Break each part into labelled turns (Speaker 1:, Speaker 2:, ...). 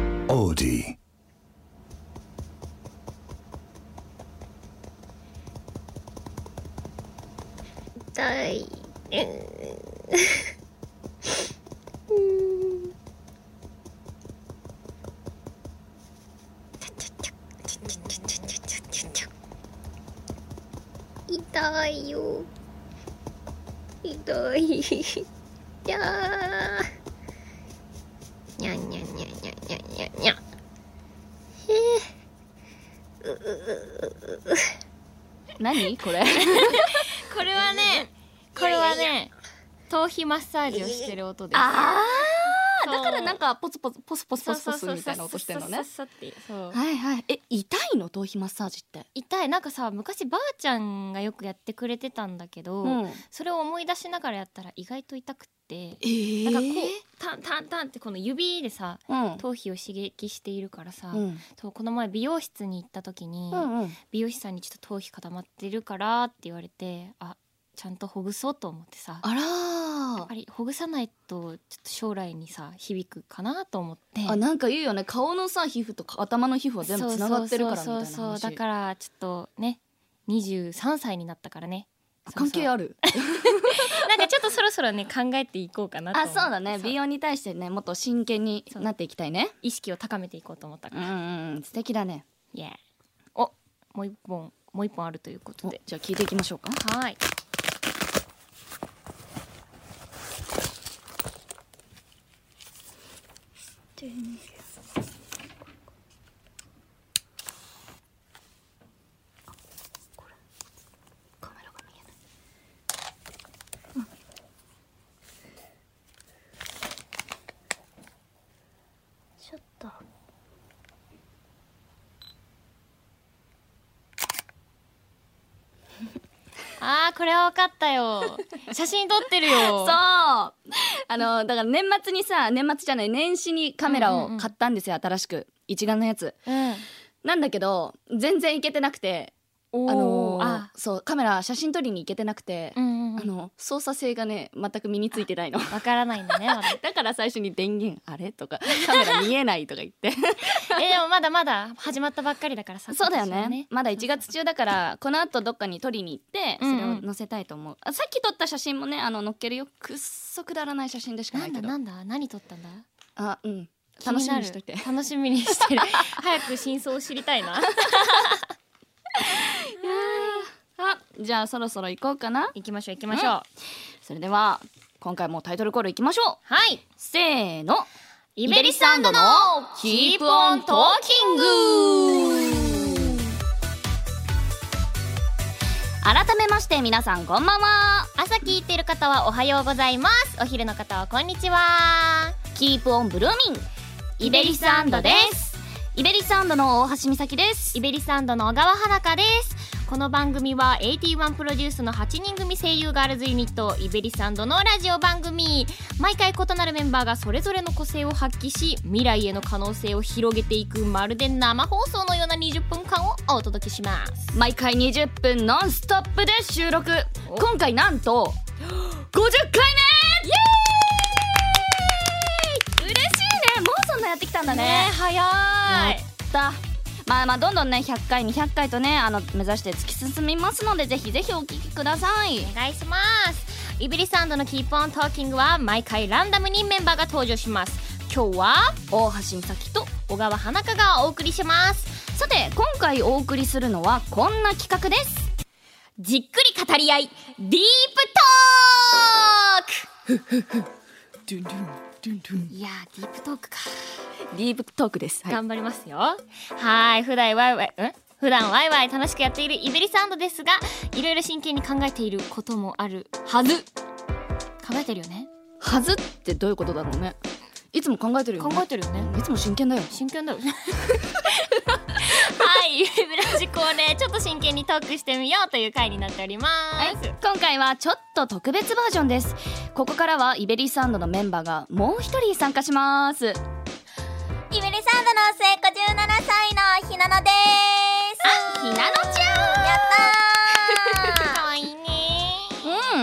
Speaker 1: Melody.
Speaker 2: 痛い。痛いよ。痛い。やあ。にゃんにゃんにゃんにゃんにゃんにゃんにゃん。へえ。うううううう。
Speaker 3: 何こ れこれはねこれはね頭皮マッサージをしてる音です
Speaker 4: ああ
Speaker 3: そう
Speaker 4: だからなんかポツポツポスポス
Speaker 3: そ
Speaker 4: ポ
Speaker 3: う
Speaker 4: ス
Speaker 3: そ
Speaker 4: ポ
Speaker 3: う
Speaker 4: ス
Speaker 3: そう
Speaker 4: みたいな音してるの
Speaker 3: そう
Speaker 4: ね
Speaker 3: そうそうそうっていう
Speaker 4: はいはいえ痛いの頭皮マッサージって
Speaker 3: 痛いなんかさ昔ばあちゃんがよくやってくれてたんだけど、
Speaker 4: うん
Speaker 3: それを思い出しながらやったら意外と痛くって
Speaker 4: えー
Speaker 3: なんかこうタンタンタンってこの指でさ
Speaker 4: うん
Speaker 3: 頭皮を刺激しているからさ、
Speaker 4: うん
Speaker 3: そうこの前美容室に行った時に、
Speaker 4: うんうん
Speaker 3: 美容師さんにちょっと頭皮固まってるからって言われてあちゃんとほぐそうと思ってさ
Speaker 4: あら
Speaker 3: やっぱりほぐさないとちょっと将来にさ響くかなと思って
Speaker 4: あなんか言うよね顔のさ皮膚とか頭の皮膚は全部つながってるからみたいな
Speaker 3: そうそうそうそう
Speaker 4: 話
Speaker 3: だからちょっとね23歳になったからね
Speaker 4: あ関係
Speaker 3: あ
Speaker 4: ある
Speaker 3: なんかちょっとそろそろね考えていこうかなと
Speaker 4: あ
Speaker 3: 思って
Speaker 4: そうだね
Speaker 3: さ
Speaker 4: 美容に対してねもっと真剣になっていきたいね
Speaker 3: 意識を高めていこうと思ったか
Speaker 4: う
Speaker 3: ら、
Speaker 4: んうんうん素敵だね
Speaker 3: イエーおもう一本もう一本あるということ
Speaker 4: お
Speaker 3: で
Speaker 4: じゃあ聞いていきましょうか
Speaker 3: はーい
Speaker 2: ちょっと。
Speaker 3: あーこれは分かった よ写真撮ってる
Speaker 4: そ
Speaker 3: よ
Speaker 4: うあのだから年末にさ年末じゃない年始にカメラを買ったんですよ、新しく一眼のやつ
Speaker 3: う、うん、
Speaker 4: なんだけど全然いけてなくてあ
Speaker 3: お
Speaker 4: の
Speaker 3: ーあ
Speaker 4: そうカメラ写真撮りに行けてなくて、
Speaker 3: うんうん
Speaker 4: あの操作性がね全く身についてないの
Speaker 3: 分からないんだねまだ
Speaker 4: だから最初に電源あれとかカメラ見えないとか言って
Speaker 3: えでもまだまだ始まったばっかりだからさ
Speaker 4: そうだよ
Speaker 3: 今年
Speaker 4: ね
Speaker 3: は
Speaker 4: まだ1月中だからこの後どっかに撮りに行ってそれ
Speaker 3: うん
Speaker 4: を
Speaker 3: うん
Speaker 4: 載せたいと思う、あさっき撮った写真もねあの載っけるよくっそくだらない写真でしか
Speaker 3: な
Speaker 4: なんいけ
Speaker 3: だ
Speaker 4: ど
Speaker 3: なんだ何撮ったんだ
Speaker 4: あうん
Speaker 3: 気
Speaker 4: 楽
Speaker 3: に
Speaker 4: し
Speaker 3: な
Speaker 4: み
Speaker 3: る
Speaker 4: にしといて
Speaker 3: 楽しみにして る早く真相を知りたいな
Speaker 4: あじゃあそろ そろ行こうかな
Speaker 3: 行きましょう行きましょう、
Speaker 4: うんそれでは今回もタイトルコール行きましょう
Speaker 3: はい
Speaker 4: せーの
Speaker 3: イベリスタンドのキープオントーキング
Speaker 4: 改めまして皆さんこんばんは
Speaker 3: 朝聞いてる方はおはようございますお昼の方はこんにちは
Speaker 4: キープオンブルーミンイベリスアンドですイベリスアンドの大橋美咲です
Speaker 3: イベリスタンドの小川花ですこの番組は81プロデュースの8人組声優ガールズユニットイベリスタンドのラジオ番組毎回異なるメンバーがそれぞれの個性を発揮し未来への可能性を広げていくまるで生放送のような20分間をお届けします
Speaker 4: 毎回20分ノンストップで収録今回なんと50回目イエーイ嬉しいねもうそんなやってきたんだね
Speaker 3: 早
Speaker 4: やったまあまあどんどんね100回200回とねあの目指して突き進みますのでぜひぜひお聞きください
Speaker 3: お願いしますイベリサンドのキープオントーキングは毎回ランダムにメンバーが登場します今日は
Speaker 4: 大橋美咲と
Speaker 3: 小川花香がお送りします
Speaker 4: さて今回お送りするのはこんな企画です
Speaker 3: じっくり語り合いディープトークいやーディープトークか、
Speaker 4: ディープトークですはい
Speaker 3: 頑張りますよはーい普段ワイワイん普段ワイワイ楽しくやっているイベリサンドですがいろいろ真剣に考えていることもあるはず考えてるよね
Speaker 4: はずってどういうことだろうねいつも考えてるよ、
Speaker 3: 考
Speaker 4: ね、
Speaker 3: えてるよね
Speaker 4: いつも真剣だよ
Speaker 3: 真剣だよ はい、ブラジ恒例ちょっと真剣にトークしてみようという回になっておりま
Speaker 4: はい
Speaker 3: す、、
Speaker 4: 今回はちょっと特別バージョンですここからはイベリサンドのメンバーがもう一人参加します
Speaker 2: イベリサンドの末っ子17歳のひなのです。
Speaker 4: あひなのちゃん
Speaker 2: やったー
Speaker 3: 可愛いね
Speaker 4: うん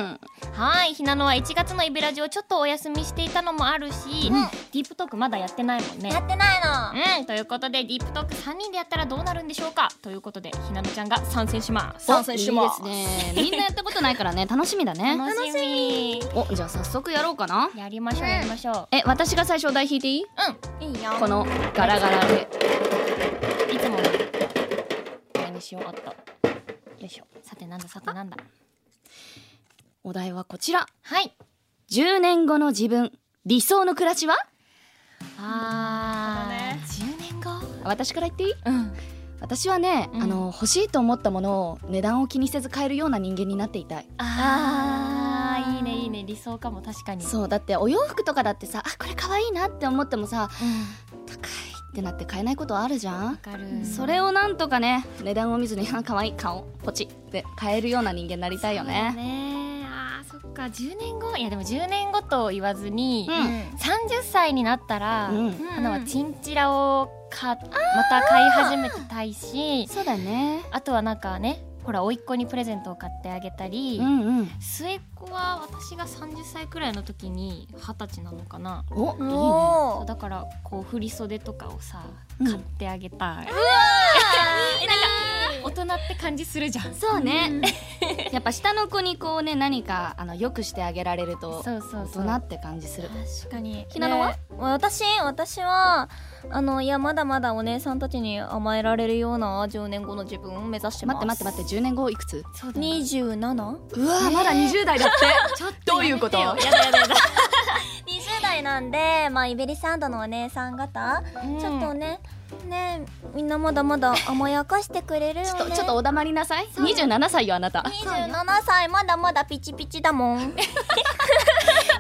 Speaker 3: はい、ひなのは1月のイベラジをちょっとお休みしていたのもあるし、
Speaker 2: うん
Speaker 3: ディープトークまだやってないもんね
Speaker 2: やってないの
Speaker 3: うんということでディープトーク3人でやったらどうなるんでしょうかということでひなのちゃんが参戦します
Speaker 4: おいいですねみんなやったことないから ね楽しみだね
Speaker 3: 楽しみ
Speaker 4: おじゃあ早速やろうかな
Speaker 3: やりましょう
Speaker 2: うん
Speaker 3: やりましょう
Speaker 4: え私が最初お題引いてい
Speaker 3: う
Speaker 4: い
Speaker 3: んいいよ
Speaker 4: このガラガラで
Speaker 3: いつものこれにしようあったよいしょさてなんださてなんだ
Speaker 4: お題はこちら
Speaker 3: はい
Speaker 4: 10年後の自分理想の暮らしは
Speaker 3: あ
Speaker 2: なる
Speaker 3: 10年後
Speaker 4: 私から言っていい
Speaker 3: うん
Speaker 4: 私はね、
Speaker 3: うん
Speaker 4: あの欲しいと思ったものを値段を気にせず買えるような人間になっていたい
Speaker 3: あ
Speaker 4: あー
Speaker 3: ーいいねいいね理想かも確かに
Speaker 4: そうだってお洋服とかだってさあこれ可愛いなって思ってもさ
Speaker 3: う
Speaker 4: 高いってなって買えないことあるじゃ
Speaker 3: んわ
Speaker 4: ん
Speaker 3: かる
Speaker 4: それをなんとかね値段を見ずにあ可愛い顔ポチって買えるような人間になりたいよ
Speaker 3: そうだ
Speaker 4: ね
Speaker 3: ねあーそっか10年後いやでも10年後と言わずに、
Speaker 4: うん
Speaker 3: 30歳になったら、
Speaker 4: うん
Speaker 3: 花はチンチラをかまた買い始めてたいし
Speaker 4: そうだね
Speaker 3: あとはなんかねほら甥っ子にプレゼントを買ってあげたり、
Speaker 4: うんうん
Speaker 3: 末っ子は私が30歳くらいの時に二十歳なのかな
Speaker 4: おいいね
Speaker 2: お
Speaker 3: そう
Speaker 2: ー
Speaker 3: だからこう振り袖とかをさ
Speaker 4: うん
Speaker 3: 買ってあげ たい、大人って感じするじゃん
Speaker 4: そうねやっぱ下の子にこうね何かあの良くしてあげられると
Speaker 3: そうそうそう
Speaker 4: 大人って感じする
Speaker 2: 確かに
Speaker 4: ひなのは
Speaker 2: ね私私はあのいやまだまだお姉さんたちに甘えられるような10年後の自分を目指してま
Speaker 4: 待っ
Speaker 2: す
Speaker 4: て待って待って10年後いくつ
Speaker 3: そうだな
Speaker 2: 27?
Speaker 4: うわーまだ20代だって
Speaker 3: ちょっ
Speaker 4: どういうこと
Speaker 3: やめてよやだやだやだ
Speaker 2: 20代なんで、まあ、イベリサンドのお姉さん方、ちょっとねねみんなまだまだ甘やかしてくれるよね
Speaker 4: ちょっとちょっとお黙りなさい27歳よあなた
Speaker 2: 27歳まだまだピチピチだも ん、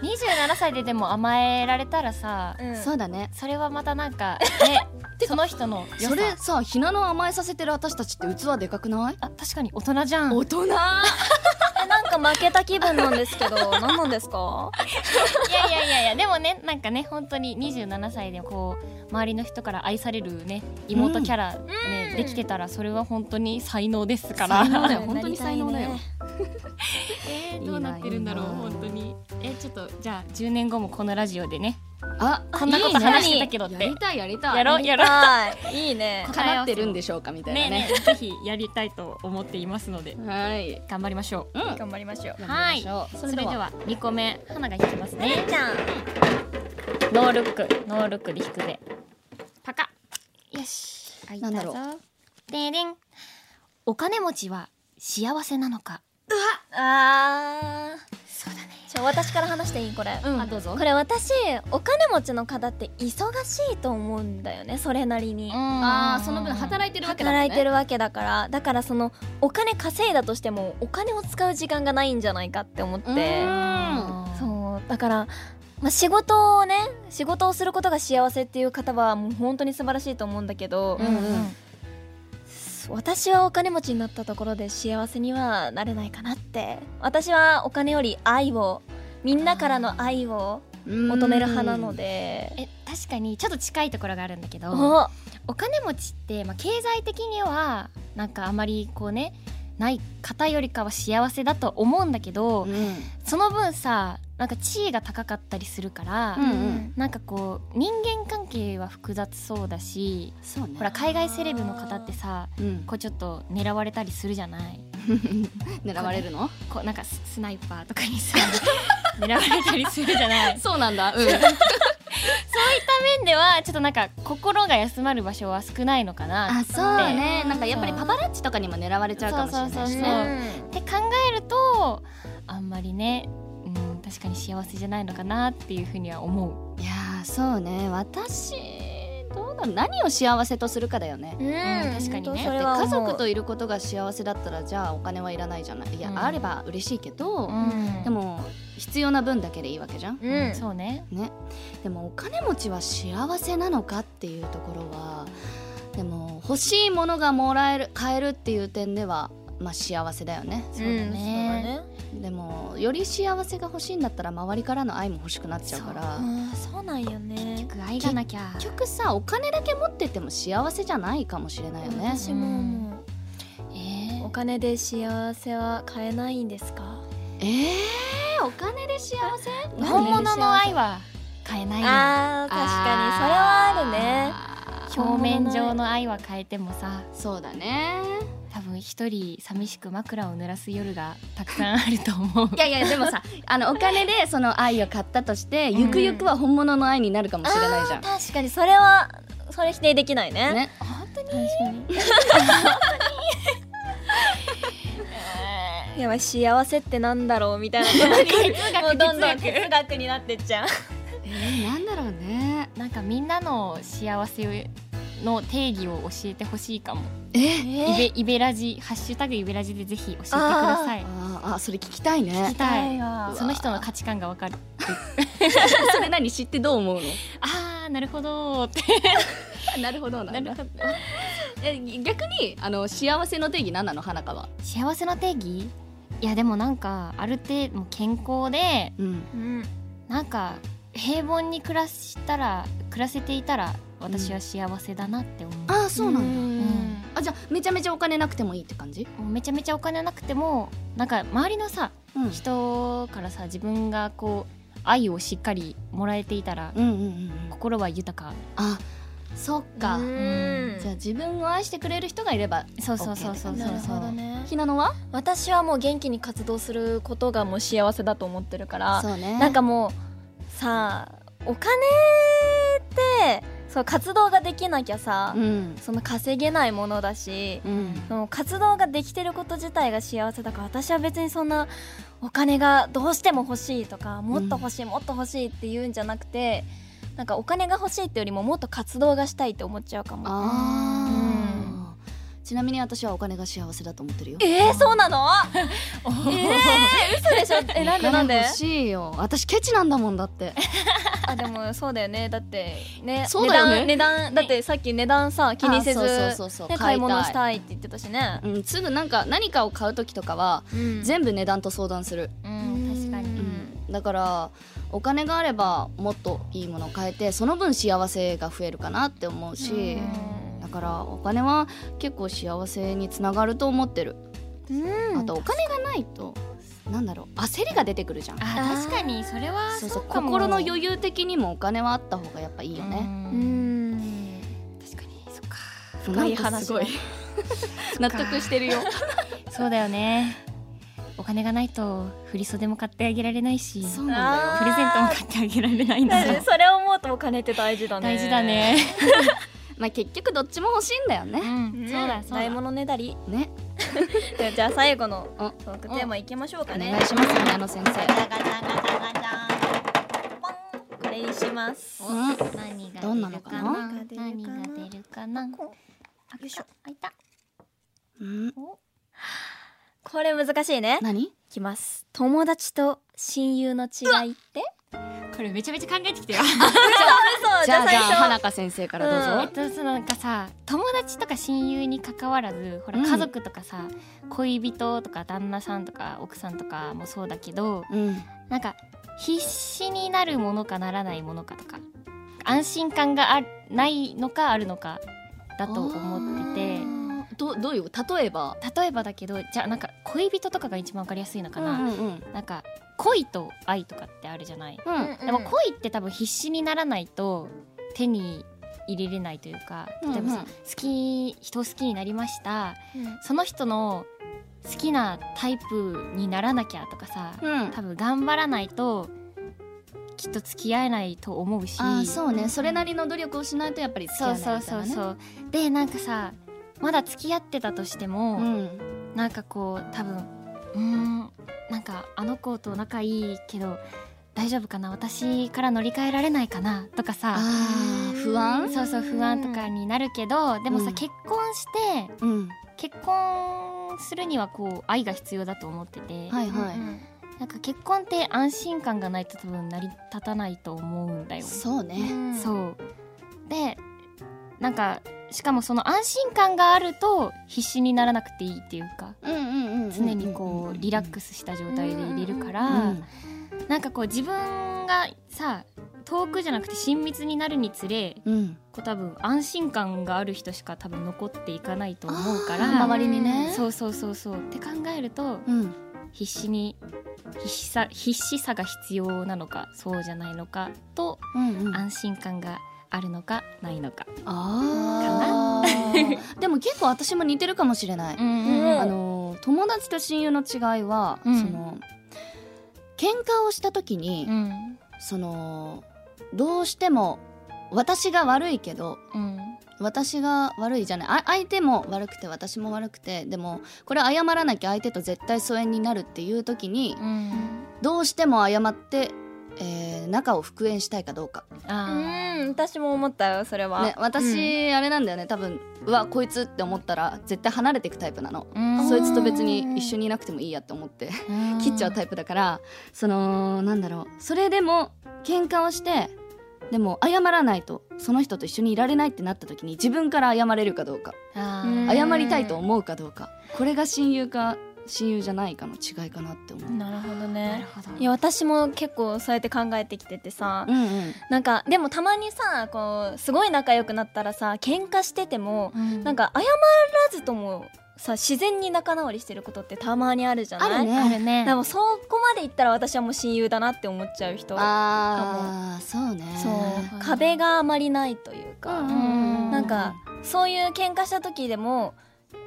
Speaker 3: 27歳ででも甘えられたらさ、
Speaker 4: そうだね
Speaker 3: それはまたなん かねその人の良さ
Speaker 4: それさひなの甘えさせてる私たちって器でかくない
Speaker 3: あ確かに大人じゃん
Speaker 4: 大人
Speaker 2: えなんか負けた気分なんですけど 何なんですか
Speaker 3: いやいやいやいやでもねなんかね本当に27歳でこう周りの人から愛されるね妹キャラ、ね
Speaker 2: うん
Speaker 3: できてたらそれは本当に才能ですから
Speaker 4: 才能だよ本当に才能だよ
Speaker 2: なり
Speaker 3: え
Speaker 4: ーどうなってるんだろう本
Speaker 3: 当にえちょっとじゃあ10年後もこのラジオでね
Speaker 4: あ
Speaker 3: こんなこと話してたけどって
Speaker 4: いいねやりたいやりたい
Speaker 3: やろうやろう
Speaker 2: はいいいね
Speaker 4: 叶ってるんでしょうかみたいな
Speaker 3: ね
Speaker 4: ね
Speaker 3: ねぜひやりたいと思っていますので
Speaker 4: はい
Speaker 3: 頑張りましょう
Speaker 4: うん
Speaker 2: 頑張りましょう
Speaker 3: はい
Speaker 4: やりましょう
Speaker 3: それでは2個目花が弾きますね
Speaker 2: じゃん
Speaker 3: ノールックノールックで弾くぜパカよし開いたぞ
Speaker 4: なんだろ
Speaker 3: ででんお金持ちは幸せなのか
Speaker 2: あー
Speaker 3: そうだね
Speaker 2: ちょ私から話していいこれ、
Speaker 3: あどうぞ
Speaker 2: これ私お金持ちの方って忙しいと思うんだよねそれなりに、
Speaker 4: あーその分働いてるわけだもんね
Speaker 2: 働いてるわけだからだからそのお金稼いだとしてもお金を使う時間がないんじゃないかって思っ
Speaker 4: う
Speaker 2: て
Speaker 4: ーん
Speaker 2: そうだから、まあ、仕事をね仕事をすることが幸せっていう方はもう本当に素晴らしいと思うんだけど、
Speaker 4: うんうん
Speaker 2: 私はお金持ちになったところで幸せにはなれないかなって私はお金より愛をみんなからの愛を求める派なので。
Speaker 3: え確かにちょっと近いところがあるんだけど
Speaker 2: お
Speaker 3: お金持ちって、まあ、経済的にはなんかあまりこうねない方よりかは幸せだと思うんだけど、
Speaker 4: うんうん
Speaker 3: その分さなんか地位が高かったりするから、
Speaker 4: うん
Speaker 3: なんかこう人間関係は複雑そうだし
Speaker 4: そうね
Speaker 3: ほら海外セレブの方ってさ
Speaker 4: うん
Speaker 3: こうちょっと狙われたりするじゃない
Speaker 4: 狙われるの
Speaker 3: こうなんかススナイパーとかに さ狙われたりするじゃない
Speaker 4: そうなんだ うん
Speaker 3: 面ではちょっとなんか心が休まる場所は少ないのかなっ
Speaker 4: あそうね
Speaker 2: うん
Speaker 4: なんかやっぱりパパラッチとかにも狙われちゃうかもしれないし
Speaker 3: そう
Speaker 4: ね
Speaker 3: て考えるとあんまりね、うん、確かに幸せじゃないのかなっていうふうには思う。
Speaker 4: いやーそうね私どうなの何を幸せとするかだよね
Speaker 2: うん、
Speaker 3: うん確かにね
Speaker 2: 本
Speaker 4: だ
Speaker 2: 当そ
Speaker 4: って
Speaker 2: れは思
Speaker 4: 家
Speaker 2: う
Speaker 4: 族といることが幸せだったらじゃあお金はいらないじゃないいや、
Speaker 3: うん
Speaker 4: あれば嬉しいけど、
Speaker 3: ん
Speaker 4: でも必要な分だけでいいわけじゃん
Speaker 2: う
Speaker 3: うん
Speaker 2: ん、
Speaker 3: そうね
Speaker 4: ねでもお金持ちは幸せなのかっていうところはでも欲しいものがもらえる買えるっていう点ではまあ幸せだよね
Speaker 3: そうだね
Speaker 4: でもより幸せが欲しいんだったら周りからの愛も欲しくなっちゃうから
Speaker 2: そうだねあーそうなんよね
Speaker 3: 結局愛がなきゃ
Speaker 4: 結局さお金だけ持ってても幸せじゃないかもしれないよね
Speaker 2: 私も思う、
Speaker 3: えー
Speaker 2: お金で幸せは買えないんですか
Speaker 4: えーお金で幸せ
Speaker 3: 本物の愛は変えないよ
Speaker 2: あー確かにそれはあるね
Speaker 3: あー表面上の愛は変えてもさ
Speaker 4: そうだね
Speaker 3: 多分一人寂しく枕を濡らす夜がたくさんあると思 う
Speaker 4: いやいやでもさあのお金でその愛を買ったとして、
Speaker 3: うん
Speaker 4: ゆくゆくは本物の愛になるかもしれないじゃん
Speaker 2: 確かにそれはそれ否定できないね
Speaker 4: ね
Speaker 3: 本当に確かに
Speaker 2: やばい幸せってなんだろうみたいなもうどんどん
Speaker 3: 哲
Speaker 2: 哲学になってっちゃう
Speaker 4: えー、なんだろうね
Speaker 3: なんかみんなの幸せの定義を教えてほしいかも、
Speaker 4: え
Speaker 3: イベイベラジハッシュタグイベラジでぜひ教えてください
Speaker 4: あーあそれ聞きたい
Speaker 3: 聞
Speaker 4: ね
Speaker 3: きたい
Speaker 2: わ
Speaker 3: その人の価値観がわかる
Speaker 4: それ何知ってどう思う
Speaker 3: あーなるほどーって
Speaker 4: のなるほどな
Speaker 3: なるほど
Speaker 4: え逆にあの幸せの定義何なの花香は
Speaker 3: 幸せの定義いやでもなんかある程度もう健康で
Speaker 4: うん
Speaker 2: うん
Speaker 3: なんか平凡に暮らしたら暮らせていたら私は幸せだなって思う、
Speaker 4: ああそうなんだ、
Speaker 2: ん
Speaker 4: あじゃあめちゃめちゃお金なくてもいいって感じ、
Speaker 3: もうめちゃめちゃお金なくてもなんか周りのさ
Speaker 4: うん、うん
Speaker 3: 人からさ自分がこう愛をしっかりもらえていたら
Speaker 4: うんうん
Speaker 3: 心は豊か
Speaker 4: あそっか、
Speaker 2: うん
Speaker 4: じゃあ自分を愛してくれる人がいれば
Speaker 3: そうそうそうそうそう
Speaker 2: なる
Speaker 3: そ
Speaker 2: ほど
Speaker 3: う
Speaker 2: ね
Speaker 4: ひなのは
Speaker 2: 私はもう元気に活動することがもう幸せだと思ってるから
Speaker 4: そうね
Speaker 2: なんかもうさあお金ってそう活動ができなきゃさ、
Speaker 4: うん
Speaker 2: その稼げないものだし、
Speaker 4: うん
Speaker 2: その活動ができてること自体が幸せだから私は別にそんなお金がどうしても欲しいとかもっと欲しい、もっと欲しいって言うんじゃなくてなんかお金が欲しいってよりももっと活動がしたいって思っちゃうかも
Speaker 4: あー、
Speaker 2: う
Speaker 4: ちなみに私はお金が幸せだと思ってるよ
Speaker 2: えー、そう なの
Speaker 3: お
Speaker 2: えー、嘘でしょえなんでなんで
Speaker 4: 欲しいよ私ケチなんだもんだって
Speaker 2: あでもそうだよねだってね
Speaker 4: そうだよね
Speaker 2: 値段値段だってさっき値段さ気にせず
Speaker 4: あそうそうそうそう
Speaker 2: ね、
Speaker 4: 買
Speaker 2: 買
Speaker 4: い
Speaker 2: い
Speaker 4: たい
Speaker 2: 物したいって言ってたしね、
Speaker 4: うん、すぐなんか何かを買う時とかは
Speaker 2: うん
Speaker 4: 全部値段と相談する、
Speaker 3: うん確かに
Speaker 4: う
Speaker 2: う
Speaker 4: んん、だからお金があればもっといいものを買えてその分幸せが増えるかなって思うし、だからお金は結構幸せにつながると思ってる、
Speaker 2: うん
Speaker 4: あとお金がないとなんだろう焦りが出てくるじゃん
Speaker 3: あ確かにそれは
Speaker 4: そうそう
Speaker 3: かも
Speaker 4: 心の余裕的にもお金はあった方がやっぱいいよね、
Speaker 2: う
Speaker 3: うん
Speaker 2: ん
Speaker 3: 確かにそっか
Speaker 2: 深い
Speaker 4: なんかすごい
Speaker 2: 話
Speaker 4: 納得してるよ
Speaker 3: そうだよねお金がないと振り袖も買ってあげられないし
Speaker 4: そう
Speaker 3: プ
Speaker 4: なんだよ
Speaker 2: あ
Speaker 3: レゼントも買ってあげられ ないんだよ
Speaker 2: それを思うとお金って大事だね
Speaker 3: 大事だね、
Speaker 4: まあ結局どっちも欲しいんだよね、
Speaker 2: ん
Speaker 3: そうだそう
Speaker 2: 買い
Speaker 3: だ
Speaker 2: 物ねだり
Speaker 4: ね
Speaker 2: じゃあじゃあ最後の
Speaker 4: お
Speaker 2: トークテーマいきましょうか
Speaker 4: お
Speaker 2: ね
Speaker 4: 願いしますねあの先生
Speaker 2: ガチャガチャガチャガチャポンこれにします
Speaker 4: うん
Speaker 3: 何が
Speaker 4: どんなのかな
Speaker 3: 何が出るかな
Speaker 2: こ
Speaker 3: よいしょ開いた
Speaker 4: うん、
Speaker 2: これ難しいね
Speaker 4: 何
Speaker 2: いきます友達と親友の違いって
Speaker 3: これめちゃめちゃ考えてきてよ
Speaker 2: 嘘
Speaker 4: じゃあじゃあ
Speaker 2: 最
Speaker 4: 花香先生からど
Speaker 3: え
Speaker 4: う
Speaker 3: っと
Speaker 4: ぞ、
Speaker 3: そのなんかさ友達とか親友に関わらずほら
Speaker 4: うん
Speaker 3: 家族とかさ、恋人とか旦那さんとか奥さんとかもそうだけど
Speaker 4: うん
Speaker 3: なんか必死になるものかならないものかとか安心感があないのかあるのかだと思って
Speaker 4: てどどういう例えば
Speaker 3: て例えばだけどじゃあなんか恋人とかが一番わかりやすいのかな、
Speaker 4: うんうん
Speaker 3: なんか恋と愛とかってあるじゃない、
Speaker 4: うん
Speaker 2: 初
Speaker 3: でも恋って多分必死にならないと手に入れれないというか例えばさ、
Speaker 4: うんうん
Speaker 3: 好き人を好きになりました
Speaker 2: うん
Speaker 3: その人の好きなタイプにならなきゃとかさ、
Speaker 4: うん
Speaker 3: 多分頑張らないときっと付き合えないと思うし
Speaker 4: あーそうねそれなりの努力をしないとやっぱり付き合
Speaker 3: そう
Speaker 4: えないみ
Speaker 3: そう
Speaker 4: たい
Speaker 3: そ
Speaker 4: な
Speaker 3: う
Speaker 4: ね
Speaker 3: そうでなんかさまだ付き合ってたとしても、
Speaker 4: うん
Speaker 3: なんかこう多分うーんなんかあの子と仲いいけど大丈夫かな私から乗り換えられないかなとかさ
Speaker 4: あー不安
Speaker 3: そうそう不安とかになるけどでもさ、
Speaker 4: うん
Speaker 3: 結婚して
Speaker 4: うん
Speaker 3: 結婚するにはこう愛が必要だと思ってて、
Speaker 4: はいは
Speaker 2: う
Speaker 4: い
Speaker 2: ん
Speaker 3: なんか結婚って安心感がないと多分成り立たないと思うんだよ。
Speaker 4: そうね
Speaker 3: そうでなんかしかもその安心感があると必死にならなくていいっていうか
Speaker 4: うんうんうんうん
Speaker 3: 常にこうリラックスした状態でいれるから、
Speaker 4: うん
Speaker 3: なんかこう自分がさ遠くじゃなくて親密になるにつれ
Speaker 4: うん
Speaker 3: こう多分安心感がある人しか多分残っていかないと思うか
Speaker 4: あー
Speaker 3: ら
Speaker 4: 周りにね
Speaker 3: そうそうそうそうって考えると
Speaker 4: うん
Speaker 3: 必死に必死さ必死さが必要なのかそうじゃないのかと
Speaker 4: うんうん、
Speaker 3: 安心感があるのかないのか。
Speaker 4: あー でも結構私も似てるかもしれない、
Speaker 2: うん
Speaker 4: あのー友達と親友の違いは、
Speaker 3: うん
Speaker 4: その喧嘩をした時に、
Speaker 3: うん
Speaker 4: そのどうしても私が悪いけど
Speaker 3: うん
Speaker 4: 私が悪いじゃないあ相手も悪くて私も悪くてでもこれ謝らなきゃ相手と絶対疎遠になるっていう時に
Speaker 3: うん
Speaker 4: どうしても謝って、えー仲を復縁したいかどうか、
Speaker 3: あ
Speaker 2: うん私も思ったよそれは、
Speaker 4: ね、私、あれなんだよね多分うわこいつって思ったら絶対離れていくタイプなの
Speaker 3: ーうん
Speaker 4: そいつと別に一緒にいなくてもいいやって思って切っちゃうタイプだからそのなんだろうそれでも喧嘩をしてでも謝らないとその人と一緒にいられないってなった時に自分から謝れるかどうか
Speaker 3: あ
Speaker 2: うん
Speaker 3: ー
Speaker 4: 謝りたいと思うかどうかこれが親友か親友じゃないかの違いかなって思う。
Speaker 2: なるほど
Speaker 3: なる
Speaker 2: ね
Speaker 3: ほど
Speaker 2: いや私も結構そうやって考えてきててさ、
Speaker 4: うんうん、
Speaker 2: なんかでもたまにさこうすごい仲良くなったらさ喧嘩してても
Speaker 3: うん
Speaker 2: なんか謝らずともさ自然に仲直りしてることってたまにあるじゃない
Speaker 4: あるね
Speaker 3: あるね
Speaker 2: でもそこまでいったら私はもう親友だなって思っちゃう人
Speaker 4: あーそうね
Speaker 2: そう
Speaker 3: うん
Speaker 2: 壁があまりないというか、
Speaker 4: うん
Speaker 3: うん
Speaker 2: なんかそういう喧嘩した時でも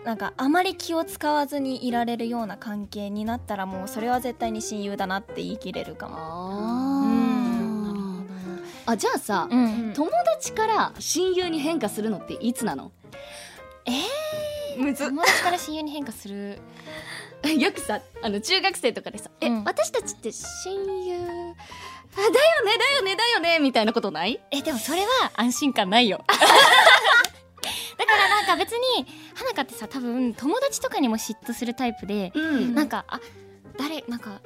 Speaker 2: なんかあまり気を使わずにいられるような関係になったらもうそれは絶対に親友だなって言い切れるかも。
Speaker 4: あ
Speaker 3: うん
Speaker 4: ーあじゃあさ、
Speaker 3: うん
Speaker 4: 友達から親友に変化するのっていつなの
Speaker 2: むず
Speaker 3: 友達から親友に変化する
Speaker 4: よくさあの中学生とかでさ「
Speaker 3: うん
Speaker 4: え私たちって親友あだ よねだよねだよね」みたいなことない
Speaker 3: えでもそれは安心感ないよだからなんか別に花香ってさ多分友達とかにも嫉妬するタイプで、
Speaker 4: うん
Speaker 3: なんかあ誰なんか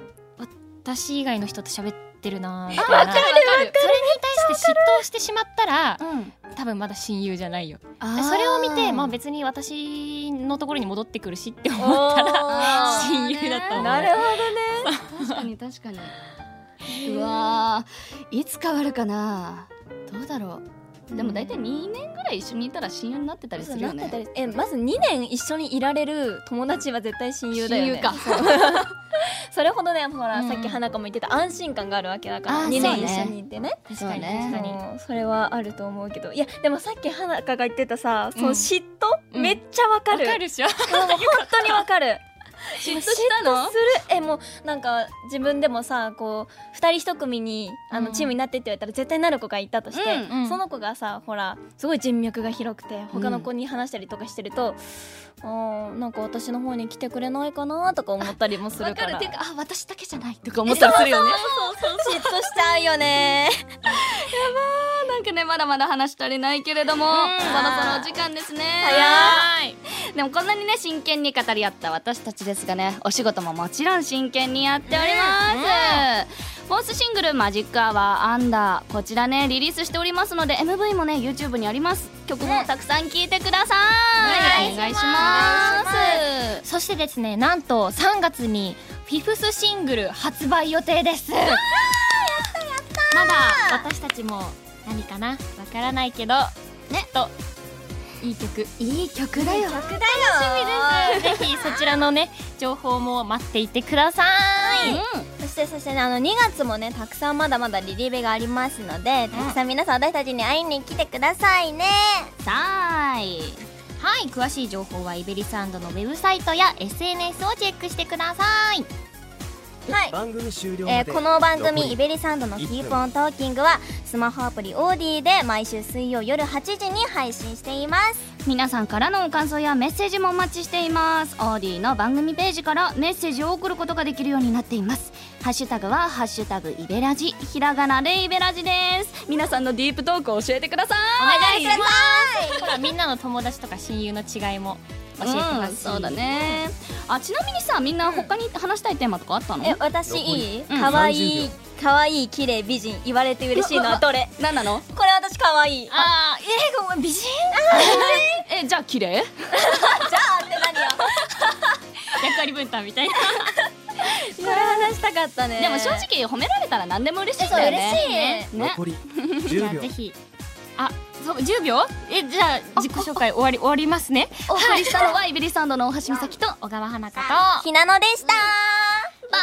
Speaker 3: 私以外の人と喋ってるなみたいなそれに対して嫉妬をしてしまったら
Speaker 4: うん、
Speaker 3: 多分まだ親友じゃないよ
Speaker 4: あー
Speaker 3: それを見てまあ別に私のところに戻ってくるしって思ったら
Speaker 4: あー
Speaker 3: 親友だと思う
Speaker 2: なるほどね
Speaker 4: 確かに確かにうわーいつ変わるかなどうだろうでも大体2年ぐらい一緒にいたら親友になってたりするよ
Speaker 2: なってた
Speaker 4: ね
Speaker 2: りえまず2年一緒にいられる友達は絶対親友だよね
Speaker 4: 親友か
Speaker 2: それほどねほら、
Speaker 3: うん
Speaker 2: さっき花香も言ってた安心感があるわけだか
Speaker 4: あー
Speaker 2: ら2
Speaker 4: そ
Speaker 2: 年
Speaker 4: う
Speaker 2: 一
Speaker 4: ね
Speaker 2: 緒にいてね
Speaker 3: 確かに
Speaker 4: そうね
Speaker 3: 確かに
Speaker 2: そうそれはあると思うけどいやでもさっき花香が言ってたさ、
Speaker 3: うん
Speaker 2: その嫉妬、
Speaker 3: うん
Speaker 2: めっちゃわか
Speaker 3: わ
Speaker 2: る
Speaker 3: かるでしょ
Speaker 2: もう本当にわかる嫉
Speaker 4: 妬したの
Speaker 2: 妬するえもうなんか自分でもさこう2人1組にあ
Speaker 3: う
Speaker 2: の
Speaker 3: ん
Speaker 2: チームになってって言われたら絶対なる子がいたとして、
Speaker 4: うん
Speaker 3: うん
Speaker 2: その子がさほらすごい人脈が広くて他の子に話したりとかしてると、あーなんか私の方に来てくれないかなとか思ったりもする
Speaker 4: わ
Speaker 2: か
Speaker 4: かる
Speaker 2: ら
Speaker 4: っていうかあ私だけじゃないとか思ったりするよね
Speaker 2: 嫉妬しちゃうよね
Speaker 4: なんかねまだまだ話し足りないけれども、そろそろお時間ですね
Speaker 2: 早
Speaker 4: いでもこんなにね真剣に語り合った私たちですがねお仕事ももちろん真剣にやっております、フォースシングル「マジックアワーアンダーこちらねリリースしておりますので MV もね YouTube にあります曲もたくさん聴いてください、
Speaker 3: うん
Speaker 4: お願いし
Speaker 3: お
Speaker 4: ます
Speaker 3: そしてですねなんと3月にフィフスシングル発売予定ですやったやったまだ私たちも何かなわからないけどねといい曲ぜ
Speaker 4: いい曲だよ
Speaker 2: 楽だよ
Speaker 3: ひそちらのね情報も待っていてください、
Speaker 2: そしてそしてねあの2月もねたくさんまだまだリリーベがありますのでたくさん皆さん私たちに会いに来てくださいね
Speaker 4: さあい
Speaker 3: はい詳しい情報はイベリサンドのウェブサイトや SNS をチェックしてください
Speaker 2: はい
Speaker 1: 番組終了
Speaker 2: え
Speaker 1: ま
Speaker 2: ー
Speaker 1: で、
Speaker 2: この番
Speaker 1: 残
Speaker 2: 組「
Speaker 1: り
Speaker 2: イベリサンドのキープオントーキングは」スマホアプリオーディで毎週水曜夜8時に配信しています
Speaker 4: 皆さんからの感想やメッセージもお待ちしていますオーディの番組ページからメッセージを送ることができるようになっていますハッシュタグは「ハッシュタグイベラジ」ひらがなでイベラジです皆さんのディープトークを教えてください
Speaker 3: お願いしますほらみんなの友達とか親友の違いも教えてほしい、
Speaker 4: うんそうだねあちなみにさみんな他に話したいテーマとかあったの、
Speaker 2: え私いい
Speaker 4: うん
Speaker 2: かわい
Speaker 1: 30
Speaker 2: いかわいい綺麗美人言われて嬉しいのはどれ
Speaker 4: 何なの
Speaker 2: これ私かわいいあ
Speaker 3: あーえーごめん美人
Speaker 4: えじゃあ綺麗
Speaker 2: じゃあって何よ
Speaker 3: 役割分担みたいな
Speaker 2: これ話したかったね
Speaker 4: でも正直褒められたら何でも嬉しいん
Speaker 2: そう
Speaker 4: だよ
Speaker 2: 嬉
Speaker 4: ね
Speaker 2: しいね
Speaker 4: ね
Speaker 1: 残り
Speaker 3: じゃあ
Speaker 1: 10秒
Speaker 3: ぜひあそう10秒えじゃあ自己紹介終わり終わりますね
Speaker 4: お送りしたのはイベリサンドの大橋美咲と
Speaker 3: 小川花香と
Speaker 2: ひなのでしたバイ